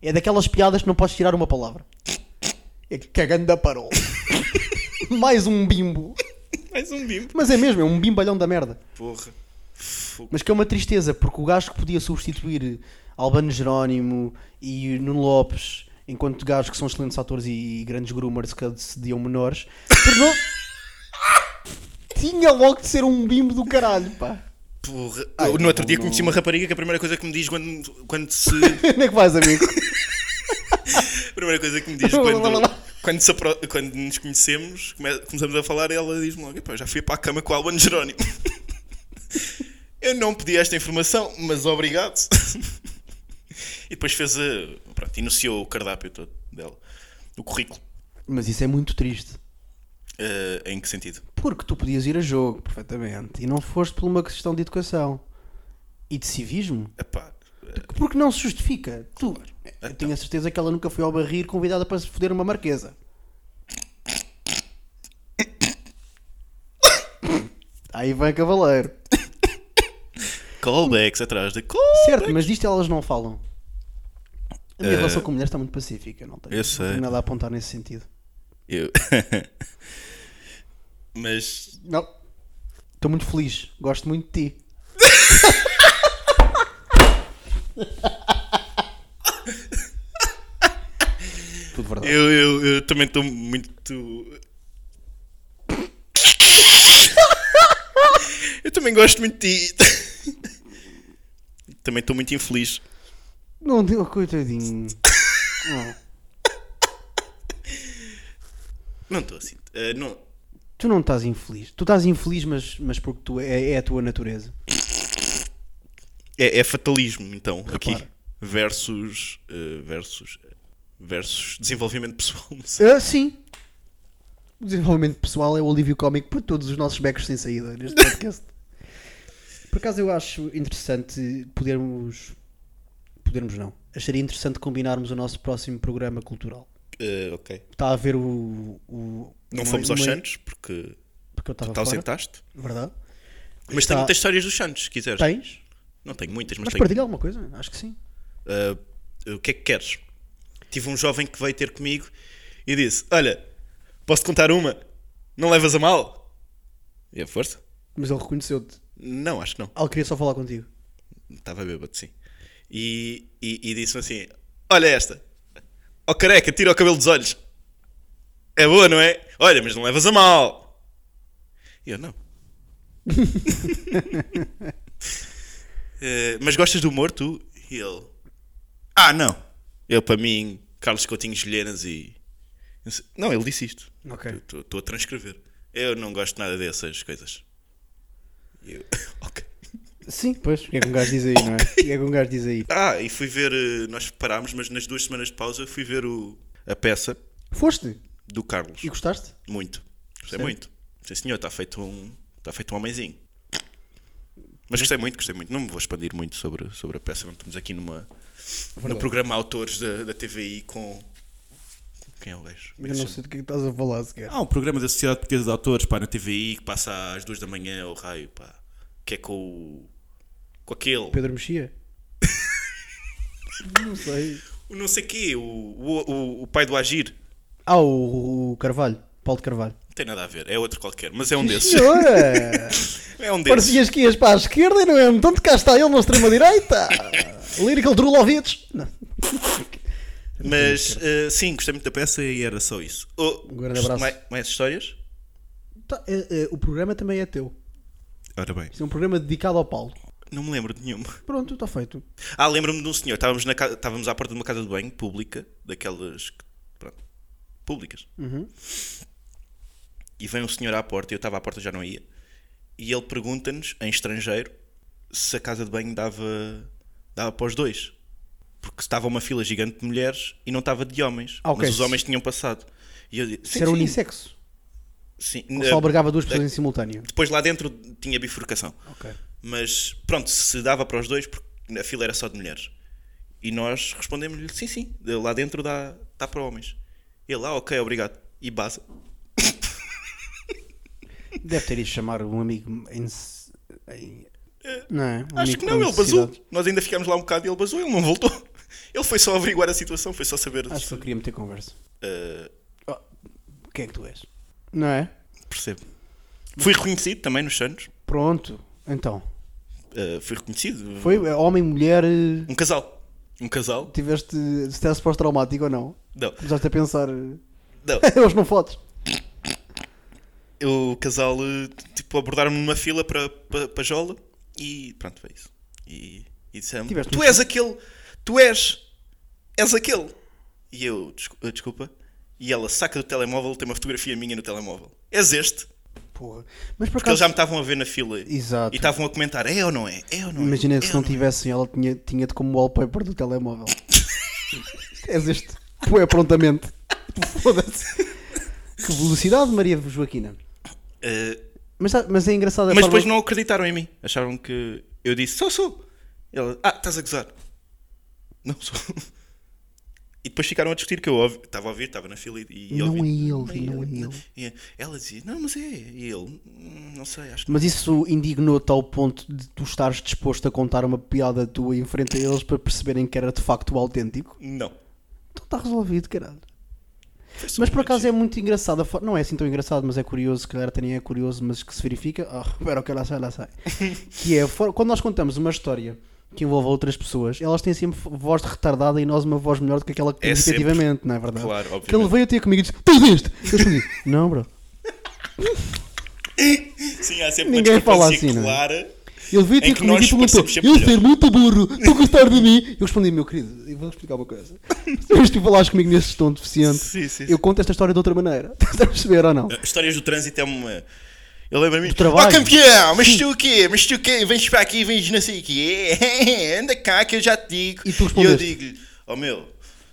D: É daquelas piadas que não podes tirar uma palavra. É cagando da parou. [laughs] Mais um bimbo.
C: Mais um bimbo.
D: Mas é mesmo, é um bimbalhão da merda.
C: Porra.
D: Mas que é uma tristeza, porque o gajo que podia substituir Albano Jerónimo e Nuno Lopes, enquanto gajos que são excelentes atores e, grandes groomers que decidiam menores, [laughs] tornou... tinha logo de ser um bimbo do caralho, pá.
C: Porra.
D: Ai,
C: Eu, no outro
D: não,
C: dia
D: não.
C: conheci uma rapariga que a primeira coisa que me diz quando, quando
D: [laughs]
C: se.
D: Onde é que vais, [laughs] amigo?
C: a primeira coisa que me diz quando, quando, se apro- quando nos conhecemos, come- começamos a falar, ela diz-me logo: "Epá, já fui para a cama com o Albano Jerónimo. [laughs] Eu não pedi esta informação, mas obrigado. [laughs] e depois fez a. Pronto, enunciou o cardápio todo dela. O currículo.
D: Mas isso é muito triste.
C: Eh, em que sentido?
D: Porque tu podias ir a jogo, perfeitamente, e não foste por uma questão de educação e de civismo.
C: Epá, eh,
D: Porque não se justifica. Tu, eu tenho a certeza que ela nunca foi ao barrir convidada para se foder uma marquesa. Aí vem cavaleiro.
C: callbacks atrás de call.
D: Certo, mas disto elas não falam. A minha relação com mulheres está muito pacífica, não tenho,
C: Eh, eu
D: não
C: sei.
D: tenho nada a apontar nesse sentido.
C: Eu. [laughs] mas
D: Não. Estou muito feliz, gosto muito de ti. [laughs] Tudo verdade.
C: Eu, eu, eu também estou muito. [laughs] eu também gosto muito de ti. [laughs] também estou muito infeliz.
D: Não deu, [laughs] coitadinho. Não.
C: Não estou assim. eh, não.
D: Tu não estás infeliz. Tu estás infeliz, mas, mas porque tu é, é a tua natureza.
C: É, é fatalismo, então, aqui.
D: Repara.
C: Versus. eh, versus. Versus desenvolvimento pessoal. Não sei.
D: Ah, sim. O desenvolvimento pessoal é o alívio cómico para todos os nossos becos sem saída neste [laughs] podcast. Por acaso eu acho interessante podermos. Podermos não. Acharia interessante combinarmos o nosso próximo programa cultural.
C: Eh, ok.
D: Está a ver o. o-
C: Não
D: uma-
C: fomos aos
D: uma-
C: Santos porque
D: Porque eu estava
C: te
D: fora.
C: ausentaste.
D: Verdade?
C: Mas
D: Está-
C: tenho muitas histórias dos Santos, se quiseres.
D: Tens?
C: Não tenho muitas, mas,
D: Mas
C: tenho.
D: partilha alguma coisa? Acho que sim.
C: Ah, o que é que queres? Tive um jovem que veio ter comigo e disse: Olha, posso contar uma? Não levas a mal? E a força?
D: Mas ele reconheceu-te.
C: Não, acho que não.
D: Ah, Ele queria só falar contigo.
C: Estava bêbado, sim. E, e, e disse-me assim: Olha esta. Ó careca, tira o cabelo dos olhos. É boa, não é? Olha, mas não levas a mal. E eu não. Eh, mas gostas do humor, tu? E ele: Ah, não. Eu, para mim, Carlos Coutinho Gilheiras e. Não, ele disse isto.
D: Ok.
C: Estou a transcrever. Eu não gosto nada dessas coisas. E eu: [laughs] Ok.
D: Sim, pois. O que é que um gajo diz aí, não é? [laughs] O que é que um gajo diz aí?
C: Ah, e fui ver, eh, nós parámos, mas nas duas semanas de pausa fui ver o, a peça
D: Foste
C: do Carlos.
D: e gostaste?
C: Muito. Gostei
D: Sério?
C: muito. Sim senhor, está feito um. Está feito um homenzinho. Mas gostei muito, gostei muito. Não me vou expandir muito sobre, sobre a peça, não estamos aqui numa, no programa Autores da, da TVI com. Quem é o gajo? Como é
D: Ainda
C: que se
D: não
C: chama?
D: sei do que é que estás a falar sequer.
C: Há um programa da Sociedade Portuguesa de Autores pá, na TVI que passa às duas da manhã ao raio, pá. Que é com o. com aquele.
D: Pedro Mexia? [laughs] não sei.
C: O não sei quê, o, o, o, o pai do Agir.
D: Ah, o, o Carvalho. Paulo de Carvalho.
C: Não tem nada a ver, é outro qualquer, mas é um desses.
D: Senhora!
C: [laughs] É um desses.
D: Parecias que ias para a esquerda e não é? Tanto cá está ele na extrema-direita! Lyrical Drulovic! Não.
C: Mas eh, sim, gostei muito da peça e era só isso. Oh,
D: Um grande abraço.
C: Mais, mais histórias?
D: Tá, eh, eh, o programa também é teu.
C: Ora bem.
D: Isto é um programa dedicado ao Paulo.
C: Não me lembro de nenhuma. [laughs]
D: Pronto, está feito.
C: Ah, lembro-me de um senhor. Estávamos, na ca- Estávamos à porta de uma casa de banho pública, daquelas. que- Pronto, públicas.
D: Uhum.
C: E vem um senhor à porta, eu estava à porta já não ia. E ele pergunta-nos, em estrangeiro, se a casa de banho dava, dava para os dois. Porque estava uma fila gigante de mulheres e não estava de homens.
D: Ah, ok.
C: Mas os homens tinham passado. E eu disse,
D: Isso
C: sim,
D: era
C: sim,
D: unissexo.
C: Sim.
D: Ou
C: Eh,
D: só albergava duas pessoas
C: eh,
D: em simultâneo.
C: Depois lá dentro tinha bifurcação.
D: Ok.
C: Mas pronto, se dava para os dois, porque a fila era só de mulheres. E nós respondemos-lhe: sim, sim, de- lá dentro dá, dá para homens. Ele, ah, ok, obrigado. E base.
D: Deve ter ido chamar um amigo em. em- Não é? Um
C: Acho que
D: amigo com
C: não, ele basou.
D: necessidades.
C: Nós ainda ficámos lá um bocado e ele basou, ele não voltou. [laughs] Ele foi só averiguar a situação, foi só saber.
D: Acho que
C: Se,
D: eu queria meter conversa.
C: eh,
D: O que é que tu és? Não é?
C: percebo. Fui reconhecido também nos Santos.
D: Pronto, então.
C: Eh, fui reconhecido.
D: Foi eh, homem, mulher. eh,
C: Um casal. Um casal?
D: Tiveste stress pós-traumático ou não?
C: Não.
D: Começaste a pensar. [laughs] eh,
C: Não.
D: Eles não fotos.
C: o casal eh, tipo, abordaram-me numa fila para para para Jola e pronto, foi isso. E, e disseram
D: Tiveste
C: tu
D: um
C: és aquele, tu és, és aquele. E eu, "Descu- eh, desculpa, e ela saca do telemóvel, tem uma fotografia minha no telemóvel. És este?
D: Porra. Mas por
C: Porque eles
D: acaso.
C: já me estavam a ver na fila
D: Exato.
C: e estavam a comentar, é ou não é? É ou não é?
D: Imagina
C: É
D: se
C: ou
D: não tivessem, ela tinha- tinha-te como wallpaper do telemóvel. és este. Pô, é prontamente. Foda-se. Que velocidade, Maria Joaquina.
C: é?" Eh,
D: Mas, tá- mas é engraçado a
C: Mas
D: forma-
C: depois não acreditaram em mim. Acharam que eu disse sou, sou. Ela, ah, estás a gozar. Não sou. [laughs] E depois ficaram a discutir que eu ouvi- estava a ouvir, estava na fila e- e
D: Não
C: ouvi.
D: é ele, não é ele.
C: E ela dizia, não, mas é. E ele, "Hum, não sei, acho que.
D: Mas isso indignou-te ao ponto de tu estares disposto a contar uma piada tua em frente a eles para perceberem que era de facto o autêntico?
C: Não.
D: Então está resolvido, caralho.
C: Foi só
D: Mas
C: uma
D: por acaso é
C: vez.
D: muito engraçado. a fo- Não é assim tão engraçado, mas é curioso. Se calhar até nem é
C: [laughs]
D: curioso, mas que se verifica. Ah, espera, que lá sai, lá sai. que é, for- quando nós contamos uma história que envolva outras pessoas, elas têm sempre voz de retardada e nós uma voz melhor do que aquela que
C: É
D: temos
C: sempre.
D: efetivamente, não é verdade?
C: Claro, obviamente.
D: Que ele veio ter comigo e disse: Tens este! Eu
C: [laughs]
D: respondi: Não, bro.
C: [laughs] Sim, há sempre
D: Ninguém
C: uma
D: fala
C: discrepância
D: assim, não é?
C: clara.
D: Ele veio ter
C: Em que
D: comigo e
C: nós
D: perguntou:
C: parecemos sempre
D: Eu
C: melhores."
D: ser muito burro, tu gostar de mim? Eu respondi: Meu querido, eu vou explicar
C: [laughs]
D: uma coisa. Se hoje tu falares comigo nesse tom deficiente,
C: Sim, sim,
D: eu conto esta história de outra maneira. [laughs] Estás a perceber ou não?
C: [laughs] Histórias do trânsito é uma. Eu lembro-me. Do
D: trabalho.
C: Oh, campeão, mas tu o quê? Mas tu o quê? Vens para aqui, vens não sei o quê. [laughs] Anda cá que eu já te digo.
D: E tu
C: eu
D: respondeste?
C: digo-lhe: Oh meu,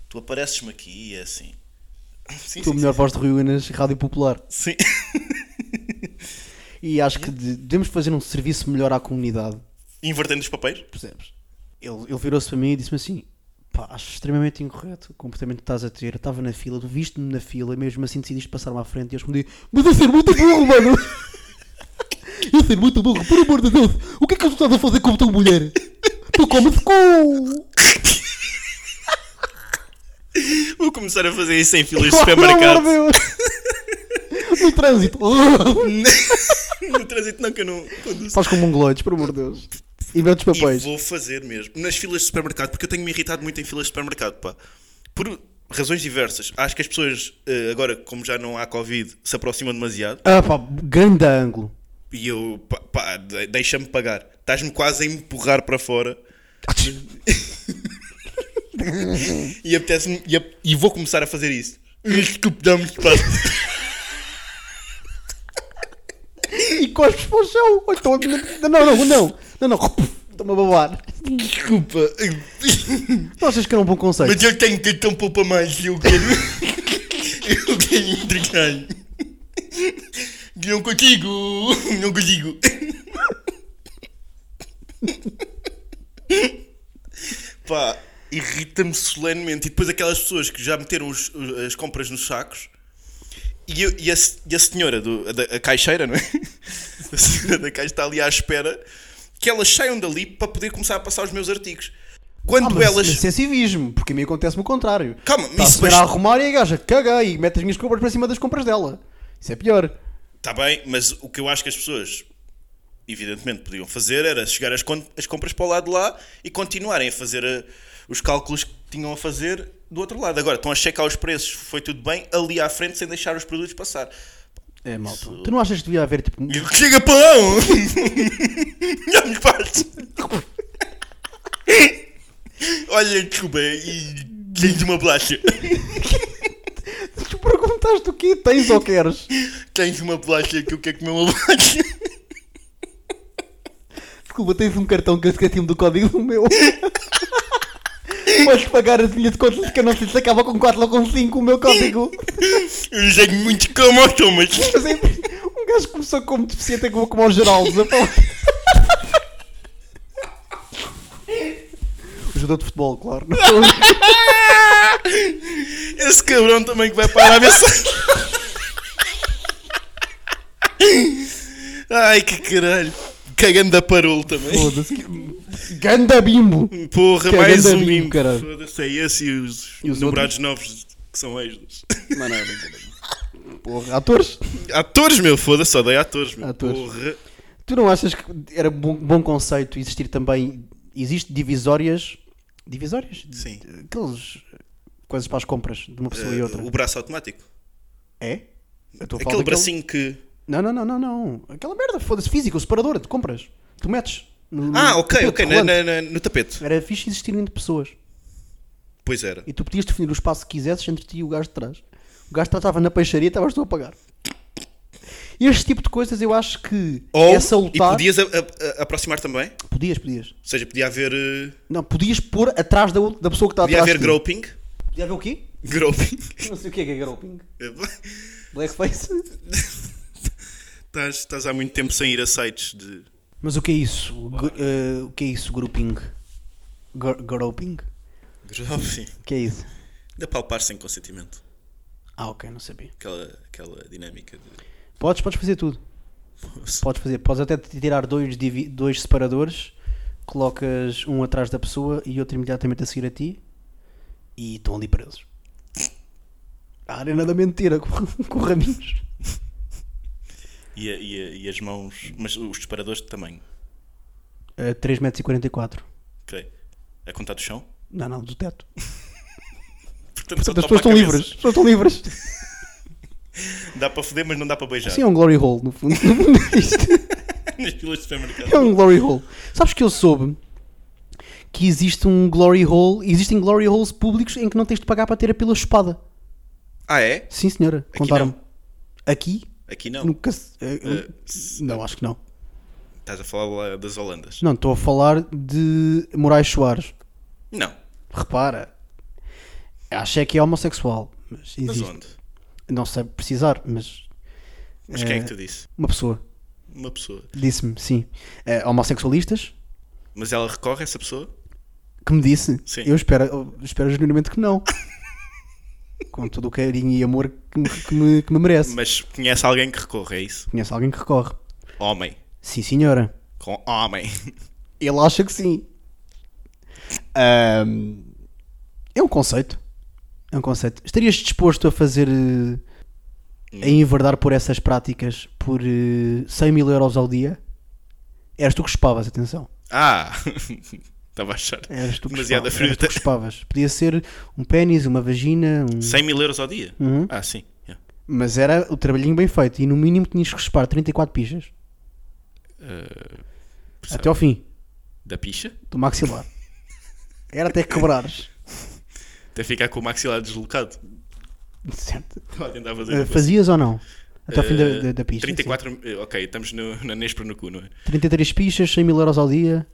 C: tu apareces-me aqui e é assim. [laughs] Sim,
D: Tua
C: sim,
D: melhor voz de ruínas, Rádio Popular.
C: sim. [laughs]
D: E acho que de- devemos fazer um serviço melhor à comunidade.
C: Invertendo os papéis?
D: percebes? Ele, ele virou-se para mim e disse-me assim: pá, acho extremamente incorreto o comportamento que estás a ter. Eu estava na fila, tu viste-me na fila, mesmo assim decidiste passar-me à frente. E eu respondi: mas eu ser muito burro, mano! [laughs] Eu ser muito burro, por amor de Deus! O que é que tu estás a fazer com a tua mulher? [laughs] Tu comes cu!
C: Vou começar a fazer isso em filas de
D: Pá, [laughs] pelo amor
C: supermercado.
D: de Deus! [laughs]
C: [laughs]
D: No trânsito!
C: no trânsito, não, que eu não conduzo.
D: Faz com mongoloides, por amor de Deus! Inverte os
C: E
D: papéis.
C: vou fazer mesmo. Nas filas de supermercado, porque eu tenho-me irritado muito em filas de supermercado, pá. Por razões diversas. Acho que as pessoas, eh, agora, como já não há Covid, se aproximam demasiado.
D: Ah, pá, grande ângulo!
C: E eu, pá, pá, de- deixa-me pagar. Estás-me quase a empurrar para fora. e apetece-me. E, ap- e vou começar a fazer isso. Desculpe, dá-me espaço.
D: e cospes para o chão. Ou então, não, não, não, não, não, não. estou-me a babar.
C: Desculpa.
D: Tu achas que era um bom conceito?
C: Mas eu tenho cartão poupa mais. Eu quero. [laughs] eu quero entregar. Não consigo. Não consigo. Pá, irrita-me solenemente. E depois aquelas pessoas que já meteram os- os- as compras nos sacos. E, eu- e a, se- e a senhora, do, a, da- a caixeira, não é? [laughs] A senhora da caixa está ali à espera que elas saiam dali para poder começar a passar os meus artigos.
D: Ah,
C: Quando
D: mas,
C: elas.
D: mas isso é civismo, porque a mim acontece-me o contrário.
C: Calma,
D: Está
C: isso
D: a senhora a
C: basta-
D: arrumar e a gaja caga e mete as minhas compras para cima das compras dela. Isso é pior.
C: Está Tá bem, mas o que eu acho que as pessoas, evidentemente, podiam fazer era chegar as, con- as compras para o lado de lá e continuarem a fazer eh, os cálculos que tinham a fazer do outro lado. Agora, estão a checar os preços, foi tudo bem, ali à frente, sem deixar os produtos passar.
D: É malta. Tu não achas que devia haver tipo. [laughs]
C: E eu, Chega [laughs] pão! Já me faz! [laughs] Olha, desculpa, e tens uma bolacha.
D: Tu perguntaste o quê? Tens ou queres?
C: Tens uma bolacha que eu quero comer uma bolacha. [laughs]
D: Desculpa, tens um cartão que eu esqueci-me do código do
C: [laughs]
D: meu. Podes pagar as minhas contas que eu não sei se acaba com 4 ou com 5 o meu código.
C: Eu já muito como ao Thomas.
D: Mas é- um gajo começou como deficiente e acabou como aos Geraldos a falar. O jogador de futebol, claro. Não,
C: Esse cabrão também que vai para a Arábia Saudita. Ai que caralho. Cagando da parolo também.
D: [laughs] foda-se. que- Ganda bimbo!
C: Porra,
D: Que
C: mais
D: ganda
C: um
D: bimbo,
C: mimo.
D: caralho.
C: Foda-se, é esse e os,
D: E os
C: numerados novos que são extras.
D: Porra, atores?
C: Atores, meu, foda-se, só dei atores, meu.
D: Atores.
C: Porra.
D: Tu não achas que era bom, bom conceito existir também. Existe divisórias. Divisórias?
C: Sim.
D: Aqueles. coisas para as compras de uma pessoa e outra.
C: eh, o braço automático.
D: É? Eu estou a falar
C: Aquele
D: daquele-
C: bracinho que.
D: Não, não, não, não, não. Aquela merda, foda-se, física, o separador de compras. Tu metes. no-
C: Ah,
D: no
C: ok,
D: tapete
C: ok, na-
D: rolante.
C: na- na- no tapete.
D: Era fixe existir entre pessoas.
C: Pois era.
D: E tu podias definir o espaço que quisesses entre ti e o gajo de trás. O gajo de trás estava na peixaria e estavas tu a pagar. Este tipo de coisas eu acho que
C: Ou,
D: é salutar.
C: e podias a- a- a- aproximar também? Ou
D: Podias, podias.
C: seja, podia haver. eh,
D: Não, podias pôr atrás da, outra- da pessoa que está
C: Podia
D: Tá atrás.
C: haver
D: de ti.
C: groping.
D: Podia haver o quê? [laughs]
C: Groping.
D: Não sei o que é que é groping. Blackface?
C: Estás, estás há muito tempo sem ir a sites de.
D: [laughs] Mas o que é isso? O gr- eh, o que é isso, grouping? Gr- groping?
C: Sim.
D: O que é isso?
C: De palpar sem consentimento.
D: Ah, ok, não sabia.
C: Aquela, aquela dinâmica de.
D: Podes, podes fazer tudo. Podes fazer, podes até te tirar dois, divi- dois separadores, colocas um atrás da pessoa e outro imediatamente a seguir a ti e estão ali presos. A arena da mentira [laughs] com, com raminhos.
C: E, a- e, a- e as mãos. Mas os disparadores de tamanho.
D: 3,44m.
C: Ok. A contar do chão?
D: Não, não, do teto.
C: Portanto, só
D: Portanto, as
C: topa
D: pessoas
C: a
D: estão
C: cabeça.
D: livres. As pessoas estão livres.
C: [laughs] Dá para foder, mas não dá para beijar.
D: Sim, é um glory hole, no fundo. No fundo é isto.
C: [laughs]
D: [laughs]
C: Nas filas de supermercado.
D: É um glory hole. Sabes que eu soube que existe um glory hole, existem glory holes públicos em que não tens de pagar para ter a pila chupada.
C: Ah, é?
D: Sim, senhora,
C: Aqui
D: contaram-me.
C: não.
D: Aqui?
C: Aqui não.
D: Nunca. se- eh,
C: Eh,
D: Não, acho que não.
C: Estás a falar lá das Holandas.
D: Não, estou a falar de Moraes Soares.
C: Não.
D: Repara, acho é que é homossexual, mas
C: Mas
D: existe.
C: onde?
D: não sei precisar, mas
C: Mas quem é que te disse?
D: uma pessoa
C: Uma pessoa.
D: disse-me, sim, eh, homossexualistas,
C: Mas ela recorre a essa pessoa?
D: que me disse.
C: Sim.
D: Eu espero, eu espero genuinamente que não. Com todo o carinho e amor que me, que me, que me merece.
C: Mas conhece alguém que recorre a isso?
D: Conheço alguém que recorre.
C: Homem.
D: Sim, senhora.
C: Com homem. [laughs]
D: Ele acha que sim. Ahm, é um conceito. É um conceito. Estarias disposto a fazer. eh, a
C: Hum.
D: enverdar por essas práticas por eh, 100 mil euros ao dia? Eras tu que chupavas, atenção.
C: Ah! [laughs] Estava a achar.
D: Eras tu que
C: Demasiada
D: chupavas, eras tu
C: fruta.
D: que chupavas. Podia ser um pênis, uma vagina, um- uhum.
C: 100 mil euros ao dia? Ah, sim. Yeah.
D: mas era o trabalhinho bem feito. E no mínimo tinhas que chupar 34 pichas
C: Eh, Sabe?
D: até ao fim
C: Da picha?
D: do maxilar. Era até quebrares. [laughs]
C: Até ficar com o maxilar deslocado.
D: Certo.
C: Estava a tentar fazer.
D: Eh,
C: uma coisa.
D: Fazias ou não? Até ao fim da, da, da
C: Eh,
D: picha. sim.
C: 34. eh, Ok, estamos no, na Nespra no cu, não é?
D: 33 pichas, 100 mil euros ao dia.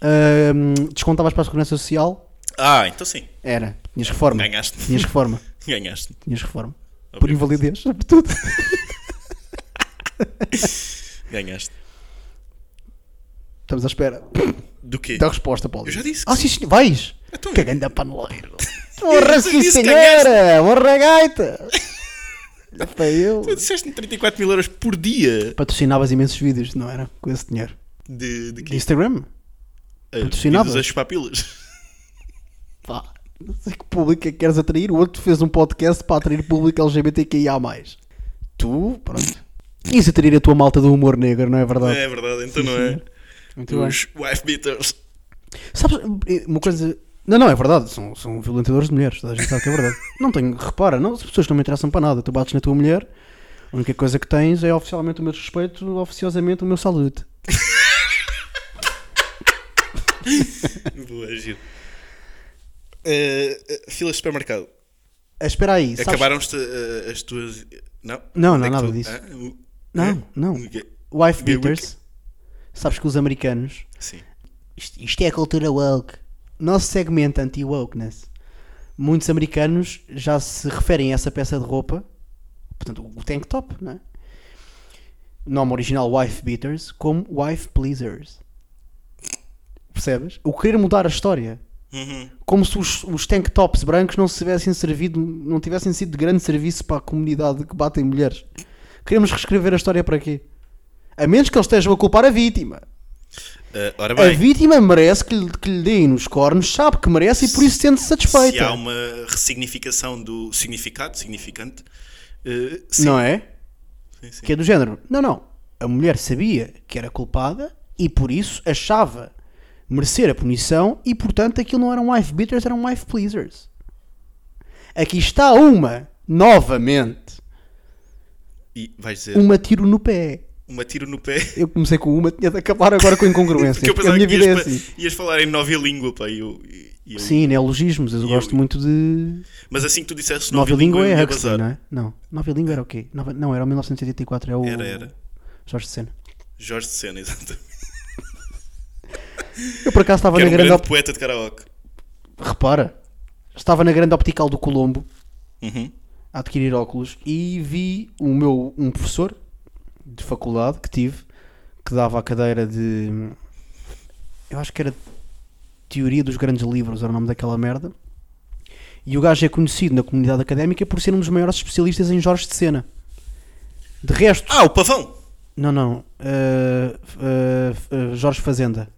D: Ahm, descontavas para a Segurança Social?
C: Ah, então sim.
D: Era. Tinhas reforma.
C: Ganhaste.
D: Tinhas reforma.
C: [laughs] Ganhaste. [laughs]
D: Tinhas reforma. Por
C: Obrigado.
D: invalidez, [laughs] sobretudo.
C: Ganhaste.
D: Estamos
C: [laughs]
D: à espera
C: Do quê?
D: da resposta, Paulo.
C: Eu já disse que
D: Ah, sim, senhor. Vais?
C: Então-
D: Então, Cagando
C: [laughs]
D: a paneleiro. Porra,
C: Eu
D: sim,
C: disse que
D: senhora!
C: [laughs]
D: Morra, gaita! Já foi eu.
C: Tu disseste 34 mil euros por dia
D: Patrocinavas imensos vídeos, não era? Com esse dinheiro.
C: de, de
D: De
C: quê?
D: Instagram?
C: Eh,
D: patrocinavas?
C: pedidos a chupar pilas.
D: Pá. Não sei que público é que queres atrair. O outro fez um podcast para atrair público LGBTQIA. Tu, pronto. Isso atrair a tua malta do humor negro, não é
C: [laughs]
D: verdade?
C: É verdade, então não é.
D: Muito bem.
C: Os wife beaters. [laughs]
D: Sabes, eh, uma coisa. Não, não, é verdade. São, são violentadores de mulheres. Toda a gente sabe que é
C: [laughs]
D: verdade. Não tenho. Repara, não, as pessoas não me interessam para nada. Tu bates na tua mulher, a única coisa que tens é oficialmente o meu respeito, oficiosamente o meu saludo.
C: Boa, giro. Eh, eh, filas de supermercado.
D: Ah, Espera
C: É
D: aí. Sabes...
C: Acabaram-te eh, as tuas. Não?
D: Não,
C: Onde é
D: não,
C: que
D: nada
C: tu-
D: disso.
C: Ah, o-
D: Não, não.
C: o quê?
D: Wife
C: Gay
D: beaters. Sabes que os americanos.
C: Sim.
D: Isto, isto é a cultura woke. Nosso segmento anti-wokeness. Muitos americanos já se referem a essa peça de roupa, portanto, o tank top, não é? Nome original Wife Beaters, como Wife Pleasers. Percebes? O querer mudar a história.
C: Uhum.
D: Como se os, os tank tops brancos não se tivessem servido, não tivessem sido de grande serviço para a comunidade que batem mulheres. Queremos reescrever a história para quê? A menos que eles estejam a culpar a vítima.
C: Eh, ora
D: A
C: bem,
D: vítima merece que lhe, que lhe deem nos cornos, sabe que merece e por isso sente-se
C: se há
D: satisfeita.
C: uma ressignificação do significado, significante, eh, sim.
D: Não é?
C: Sim, sim.
D: Que é do género. Não, não. A mulher sabia que era culpada e por isso achava merecer a punição e portanto aquilo não eram wife beaters, eram wife pleasers. Aqui está uma, novamente,
C: E vais dizer,
D: uma tiro no pé.
C: uma tiro no pé.
D: Eu comecei com uma, tinha de acabar agora com incongruência.
C: [laughs] Porque eu
D: porque a
C: pensava
D: minha
C: que
D: vida é
C: ias, pa-
D: assim.
C: ias falar em nova língua, pá. E eu, e- e eu-
D: Sim, neologismos. Eu gosto muito de
C: Mas assim que tu disseste nova
D: Nova
C: língua,
D: Língua
C: eu
D: é
C: ia
D: Huxley,
C: bazar.
D: não é? Não, Nova Língua era o quê? Nova- Não, era o 1984, é o
C: Era, era.
D: Jorge de Sena.
C: Jorge de Sena, [laughs] exatamente.
D: Eu por acaso estava
C: Que
D: na
C: era um
D: grande,
C: grande
D: op-
C: poeta de karaoke.
D: repara, estava na grande optical do Colombo
C: Uhum.
D: a adquirir óculos e vi o meu um professor de faculdade que tive que dava a cadeira de eu acho que era Teoria dos Grandes Livros, era o nome daquela merda. E o gajo é conhecido na comunidade académica por ser um dos maiores especialistas em Jorge de Sena. De resto,
C: Ah, o pavão!
D: Não, não. Uh, uh, uh, Jorge Fazenda.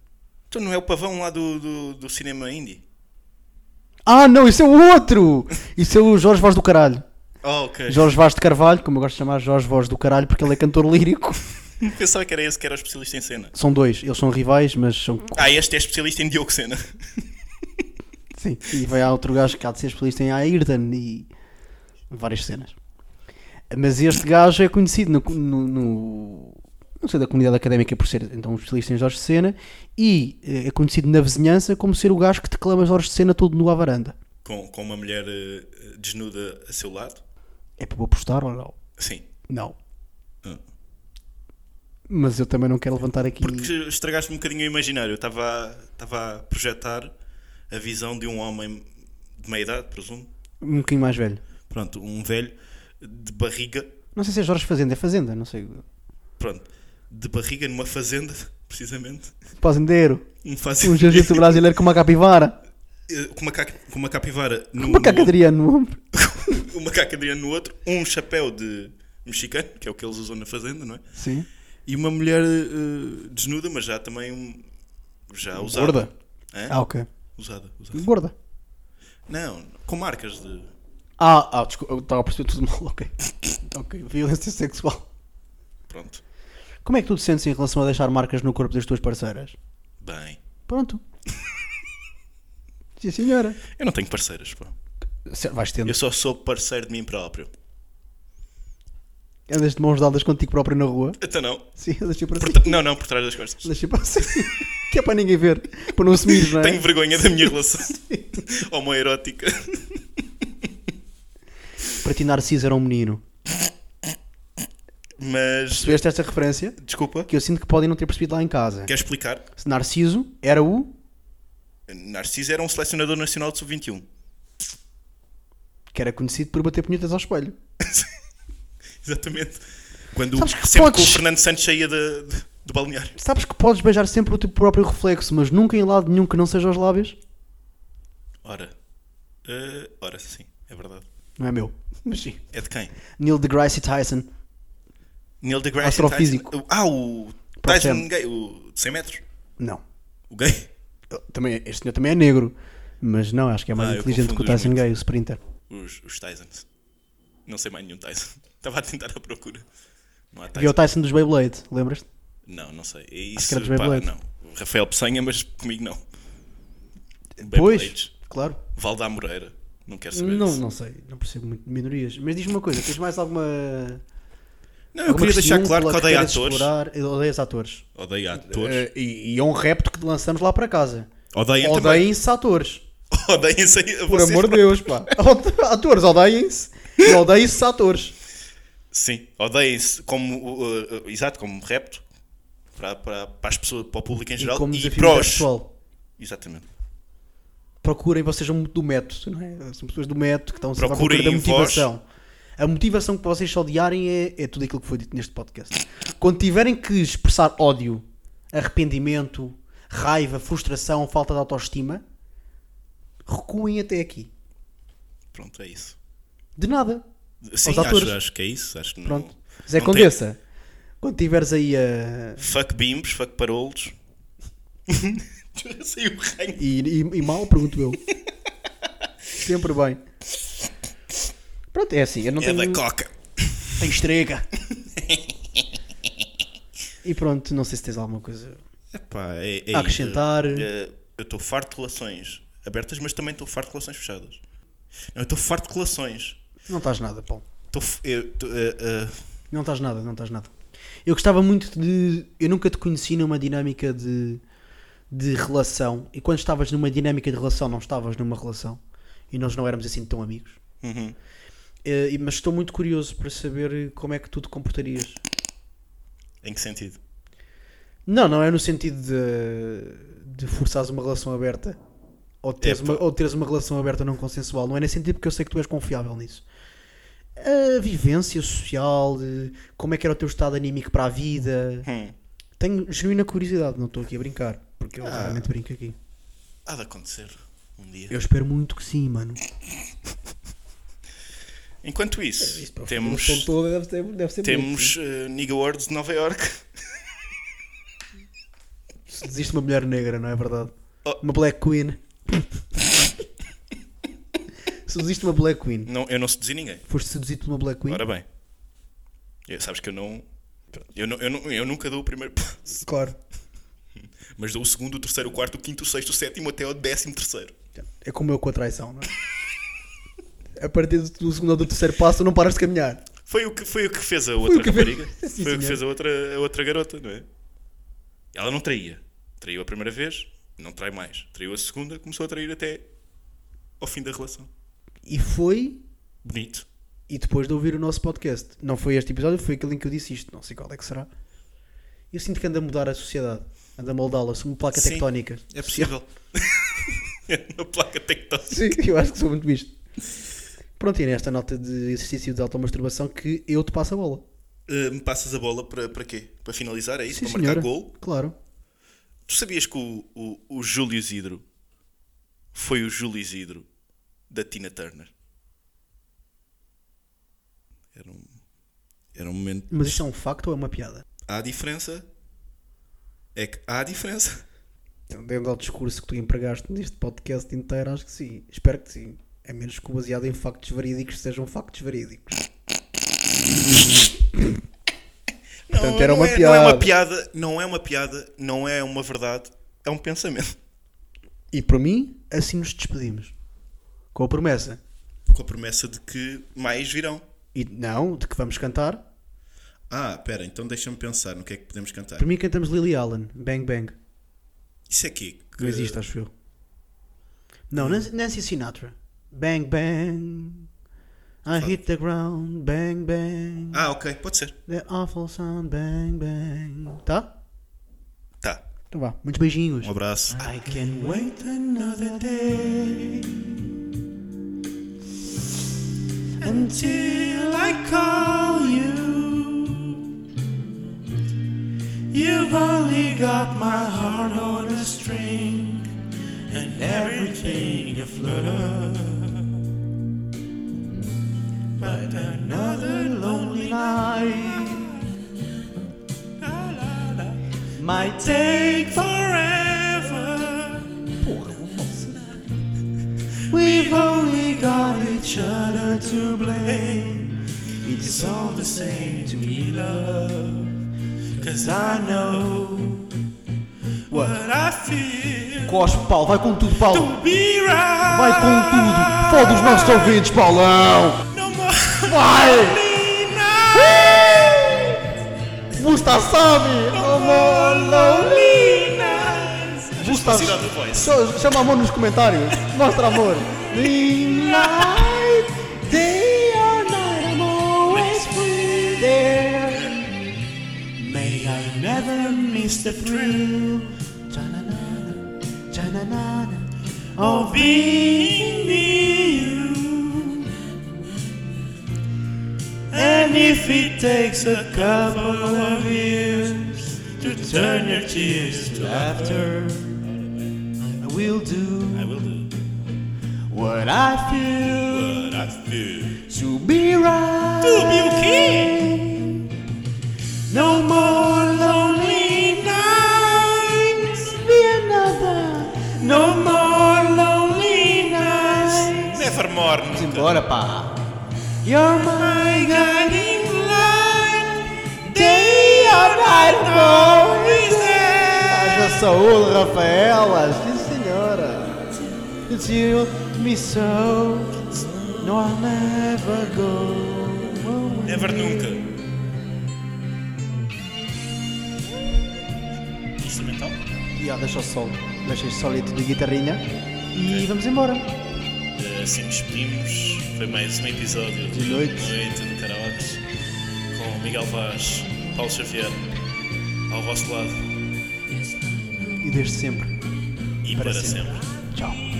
C: Então não é o pavão lá do, do, do cinema indie?
D: Ah, não, isso é o outro! Isso é o Jorge Voz do Caralho.
C: Ah, ok.
D: Jorge Vaz de Carvalho, como eu gosto de chamar Jorge Voz do Caralho, porque ele é cantor lírico.
C: Pensava que era esse que era o especialista em cena.
D: São dois, eles são rivais, mas são.
C: Ah, este é especialista em Diogo Cena.
D: Sim. E vai há outro gajo que há de ser especialista em Ayrton e várias cenas. Mas este gajo é conhecido no, no- no- não sei, da comunidade académica por ser então um especialista em Jorge de Sena e eh, é conhecido na vizinhança como ser o gajo que declama Jorge de Sena todo nu à varanda.
C: Com, com uma mulher eh, desnuda a seu lado.
D: É para eu apostar ou não?
C: Sim.
D: Não.
C: Ah.
D: Mas eu também não quero levantar aqui.
C: Porque estragaste um bocadinho o imaginário. Eu estava a- estava a projetar a visão de um homem de meia idade, presumo.
D: Um bocadinho mais velho.
C: Pronto, um velho de barriga.
D: Não sei se é Jorge Fazenda, é Fazenda, não sei.
C: Pronto, de barriga numa fazenda, [laughs] precisamente.
D: Fazendeiro.
C: Um
D: Um
C: fazendeiro.
D: jiu-jitsu brasileiro com uma capivara.
C: [laughs] Eh, com uma, ca- com uma capivara no,
D: Uma cacadria no ombro.
C: no outro, um macaco adriano no outro, um chapéu de mexicano, que é o que eles usam na fazenda, não é?
D: Sim.
C: E uma mulher eh, desnuda, mas já também um, já usada.
D: Gorda.
C: Hã?
D: Ah, ok.
C: Usada, usada.
D: Gorda.
C: Não, com marcas de.
D: Ah, ah, desculpa, eu estava a perceber tudo mal,
C: [laughs]
D: ok. ok, violência sexual.
C: Pronto.
D: Como é que tu te sentes em relação a deixar marcas no corpo das tuas parceiras?
C: Bem. [laughs]
D: Pronto. Sim, senhora.
C: Eu não tenho parceiras, pá.
D: Se- Vais tendo.
C: Eu só sou parceiro de mim próprio.
D: Andas de mãos dadas contigo próprio na rua.
C: Então não.
D: Sim, andas tipo
C: Por
D: assim.
C: tra- Não, não, por trás das costas.
D: Andas tipo [laughs] assim. que é para ninguém ver. Para não assumir, não é?
C: Tenho vergonha da
D: [laughs]
C: minha relação homoerótica.
D: Para ti, Narciso era um menino.
C: Mas.
D: Percebeste esta referência?
C: Desculpa.
D: Que eu sinto que podem não ter percebido lá em casa.
C: Quer explicar?
D: Se Narciso era o.
C: Narciso era um selecionador nacional de sub-21.
D: que era conhecido por bater punhetas ao espelho.
C: Exatamente. Quando
D: Sabes que
C: sempre que
D: podes-
C: o Fernando Santos saía de- de- do balneário.
D: Sabes que podes beijar sempre o teu próprio reflexo, mas nunca em lado nenhum que não seja os lábios?
C: Ora. Eh, ora, sim, é verdade.
D: Não é meu. [laughs] Mas sim.
C: É de quem?
D: Neil deGrasse Tyson.
C: Neil deGrasse
D: Astrofísico.
C: Tyson. Ah, o
D: Prof.
C: Tyson gay, o de 100 metros.
D: Não.
C: O gay.
D: Também, este senhor também é negro. Mas não, acho que é mais
C: Ah, eu
D: inteligente que o
C: confundo os
D: Tyson
C: muito.
D: Gay, o sprinter.
C: Os, os Tysons. Não sei mais nenhum Tyson. [laughs] Estava a tentar à procura. Não há
D: Havia o
C: Tyson.
D: Tyson dos Beyblade, lembras-te?
C: Não, não sei. É
D: que
C: Isso,
D: era dos
C: pá,
D: Beyblade.
C: não. O Rafael Peçanha, mas comigo não.
D: Pois,
C: Beyblades.
D: claro.
C: Valdá Moreira. Não quero saber
D: Não,
C: disso.
D: não sei, não percebo muito de minorias. Mas diz-me uma coisa, tens mais alguma.
C: Não, eu queria deixar claro que odeio atores.
D: atores. Odeias atores.
C: Odeio atores.
D: Eh, e, e é um repto que lançamos lá para casa.
C: Odeiem
D: [laughs]
C: também.
D: Odeiem-se atores.
C: Odeiem-se a
D: Por
C: vocês
D: amor de Deus, pá. [laughs] Atores, odeiem-se. E Odeiem-se atores.
C: Sim, odeiem-se como, uh, uh, exato, como repto para, para, para as pessoas, para o público em geral
D: e como
C: e,
D: desafio
C: para os.
D: pessoal.
C: Exatamente.
D: Procurem, vocês são muito do método, não é? São pessoas do método que estão sempre à
C: Procurem
D: procura da
C: em vós.
D: motivação. A motivação que vocês se odiarem é, é tudo aquilo que foi dito neste podcast. Quando tiverem que expressar ódio, arrependimento, raiva, frustração, falta de autoestima, recuem até aqui.
C: Pronto, é isso.
D: De nada.
C: Sim,
D: Aos atores.
C: acho, acho que é isso. Acho que não-
D: Pronto. Zé
C: não
D: Condessa, quando tiveres aí eh, a.
C: tem- Fuck bimbos, fuck parolos. [laughs] Saiu o ranho.
D: E, e- e mal,
C: [laughs]
D: pergunto eu. Sempre bem. Pronto, é assim. Eu não
C: É
D: tenho,
C: da coca.
D: tenho estrega. [laughs] e pronto, não sei se tens alguma coisa.
C: Epá, é, é
D: A acrescentar.
C: isso. Eh, eu estou farto de relações abertas, mas também estou farto de relações fechadas. Não, eu estou farto de relações.
D: Não estás nada, Paulo.
C: Estou f- eu estou, eh, eh,
D: Não estás nada, não estás nada. Eu gostava muito de. Eu nunca te conheci numa dinâmica de, de relação. E quando estavas numa dinâmica de relação, não estavas numa relação. E nós não éramos assim tão amigos.
C: uhum.
D: Eh, e- mas estou muito curioso para saber como é que tu te comportarias.
C: em que sentido?
D: Não, não é no sentido de, de forçares uma relação aberta ou teres,
C: Epá.
D: uma, ou teres uma relação aberta não consensual. Não é nesse sentido porque eu sei que tu és confiável nisso. A vivência social, de como é que era o teu estado anímico para a vida.
C: Hum.
D: Tenho genuína curiosidade, não estou aqui a brincar, porque eu raramente brinco aqui.
C: Há de acontecer um dia.
D: Eu espero muito que sim, mano.
C: Enquanto isso, temos,
F: um
D: toda deve ser, deve ser
C: temos eh, Nigga Awards de Nova York.
D: Existe uma mulher negra, não é verdade?
C: Oh.
D: Uma Black
C: [laughs]
D: Queen. Seduziste uma Black Queen.
C: Não, eu não seduzi ninguém.
D: Foste seduzido por uma Black Queen.
C: Ora bem. Eu- sabes que eu não. Eu, não- eu não- eu nunca dou o primeiro passo,
F: Claro.
C: [laughs] mas dou o segundo, o terceiro, o quarto, o quinto, o sexto, o sétimo, até o décimo terceiro.
F: É como eu com a traição, não é? A partir do segundo ou do terceiro passo, tu não paras de caminhar.
C: Foi o que, foi o que fez a
F: o
C: outra
F: que fez-
C: rapariga.
F: [laughs] Sim,
C: foi o
F: senhor.
C: que fez a outra, a outra garota, não é? Ela não traía. Traiu a primeira vez, não trai mais. Traiu a segunda, começou a trair até ao fim da relação.
F: E foi
C: Bonito.
F: e depois de ouvir o nosso podcast. Não foi este episódio, foi aquele em que eu disse isto. Não sei qual é que será. Eu sinto que anda a mudar a sociedade. Anda a moldá-la. Sou uma placa
C: Sim,
F: tectónica.
C: É possível. [laughs] Na placa tectónica.
F: Sim, eu acho que sou muito visto. Pronto, e nesta nota de exercício de automasturbação que eu te passo a bola.
C: Eh, me passas a bola para, para quê? Para finalizar, é isso?
F: Sim,
C: para
F: senhora.
C: marcar gol?
F: Claro.
C: Tu sabias que o, o, o Júlio Isidro foi o Júlio Isidro da Tina Turner? Era um, era um momento.
F: Mas isto é um facto ou é uma piada?
C: Há diferença. É que há diferença.
F: Então, Dentro do discurso que tu empregaste neste podcast inteiro, acho que sim. Espero que sim. A menos que o baseado em factos verídicos sejam factos verídicos. [laughs] Portanto, era
C: não
F: uma
C: é, Não é uma
F: piada.
C: piada, não é uma piada, não é uma verdade, é um pensamento.
F: E para mim, assim nos despedimos. Com a promessa.
C: Com a promessa de que mais virão.
F: E não, de que vamos cantar.
C: Ah, pera, então deixa-me pensar no que é que podemos cantar.
F: Para mim cantamos Lily Allen, Bang Bang.
C: Isso é quê? Que-
F: Não existe, acho eu. Não, Nancy Nancy Sinatra. Bang Bang. I hit the ground, bang bang.
C: Ah, ok, pode ser.
F: The awful sound, bang bang. Tá?
C: Tá.
F: Então vá. Muitos beijinhos.
C: Um abraço.
G: Ah.
F: I can wait.
D: Wait another day until I call you. You've only got my heart on a string and everything a flutter. But another lonely night might take forever. We've only got each other to blame. It's all the same to me, love. Cause I know what I feel.
G: Cospe, Paulo, vai com tudo, Paulo.
D: To be right.
G: Vai com tudo. Foda os nossos ouvintes, Paulão.
D: No more
G: Vai!
D: lonely nights.
G: Busta Sami!
D: No more lonely nights.
G: Busta Só- Chama amor nos comentários. Mostra amor. Light, day or night, I'm always free there.
D: May I never miss the thrill
G: Tchananana, tchananana.
D: of being near you. And if it takes a couple of years to turn your tears to laughter, I will do
C: I will do.
D: what I feel
C: But I feel.
D: to be right. No more lonely nights. Be another. No more lonely nights.
C: Nevermore.
G: Bora, pá.
D: You're my guiding light. Day or night, I'm always there.
G: Haja saúde, Rafaela. Sim, senhora. It's you, me so. No, I'll never go away.
C: Never nunca. Instrumental?
G: E ó, deixa o sol, deixa o solito de guitarrinha e vamos embora.
C: Assim despedimos. Foi mais um episódio
G: De noite.
C: noite do Karaoke com Miguel Vaz, Paulo Xavier, ao vosso lado
G: E desde sempre.
C: e
G: Para
C: para sempre.
G: Tchau.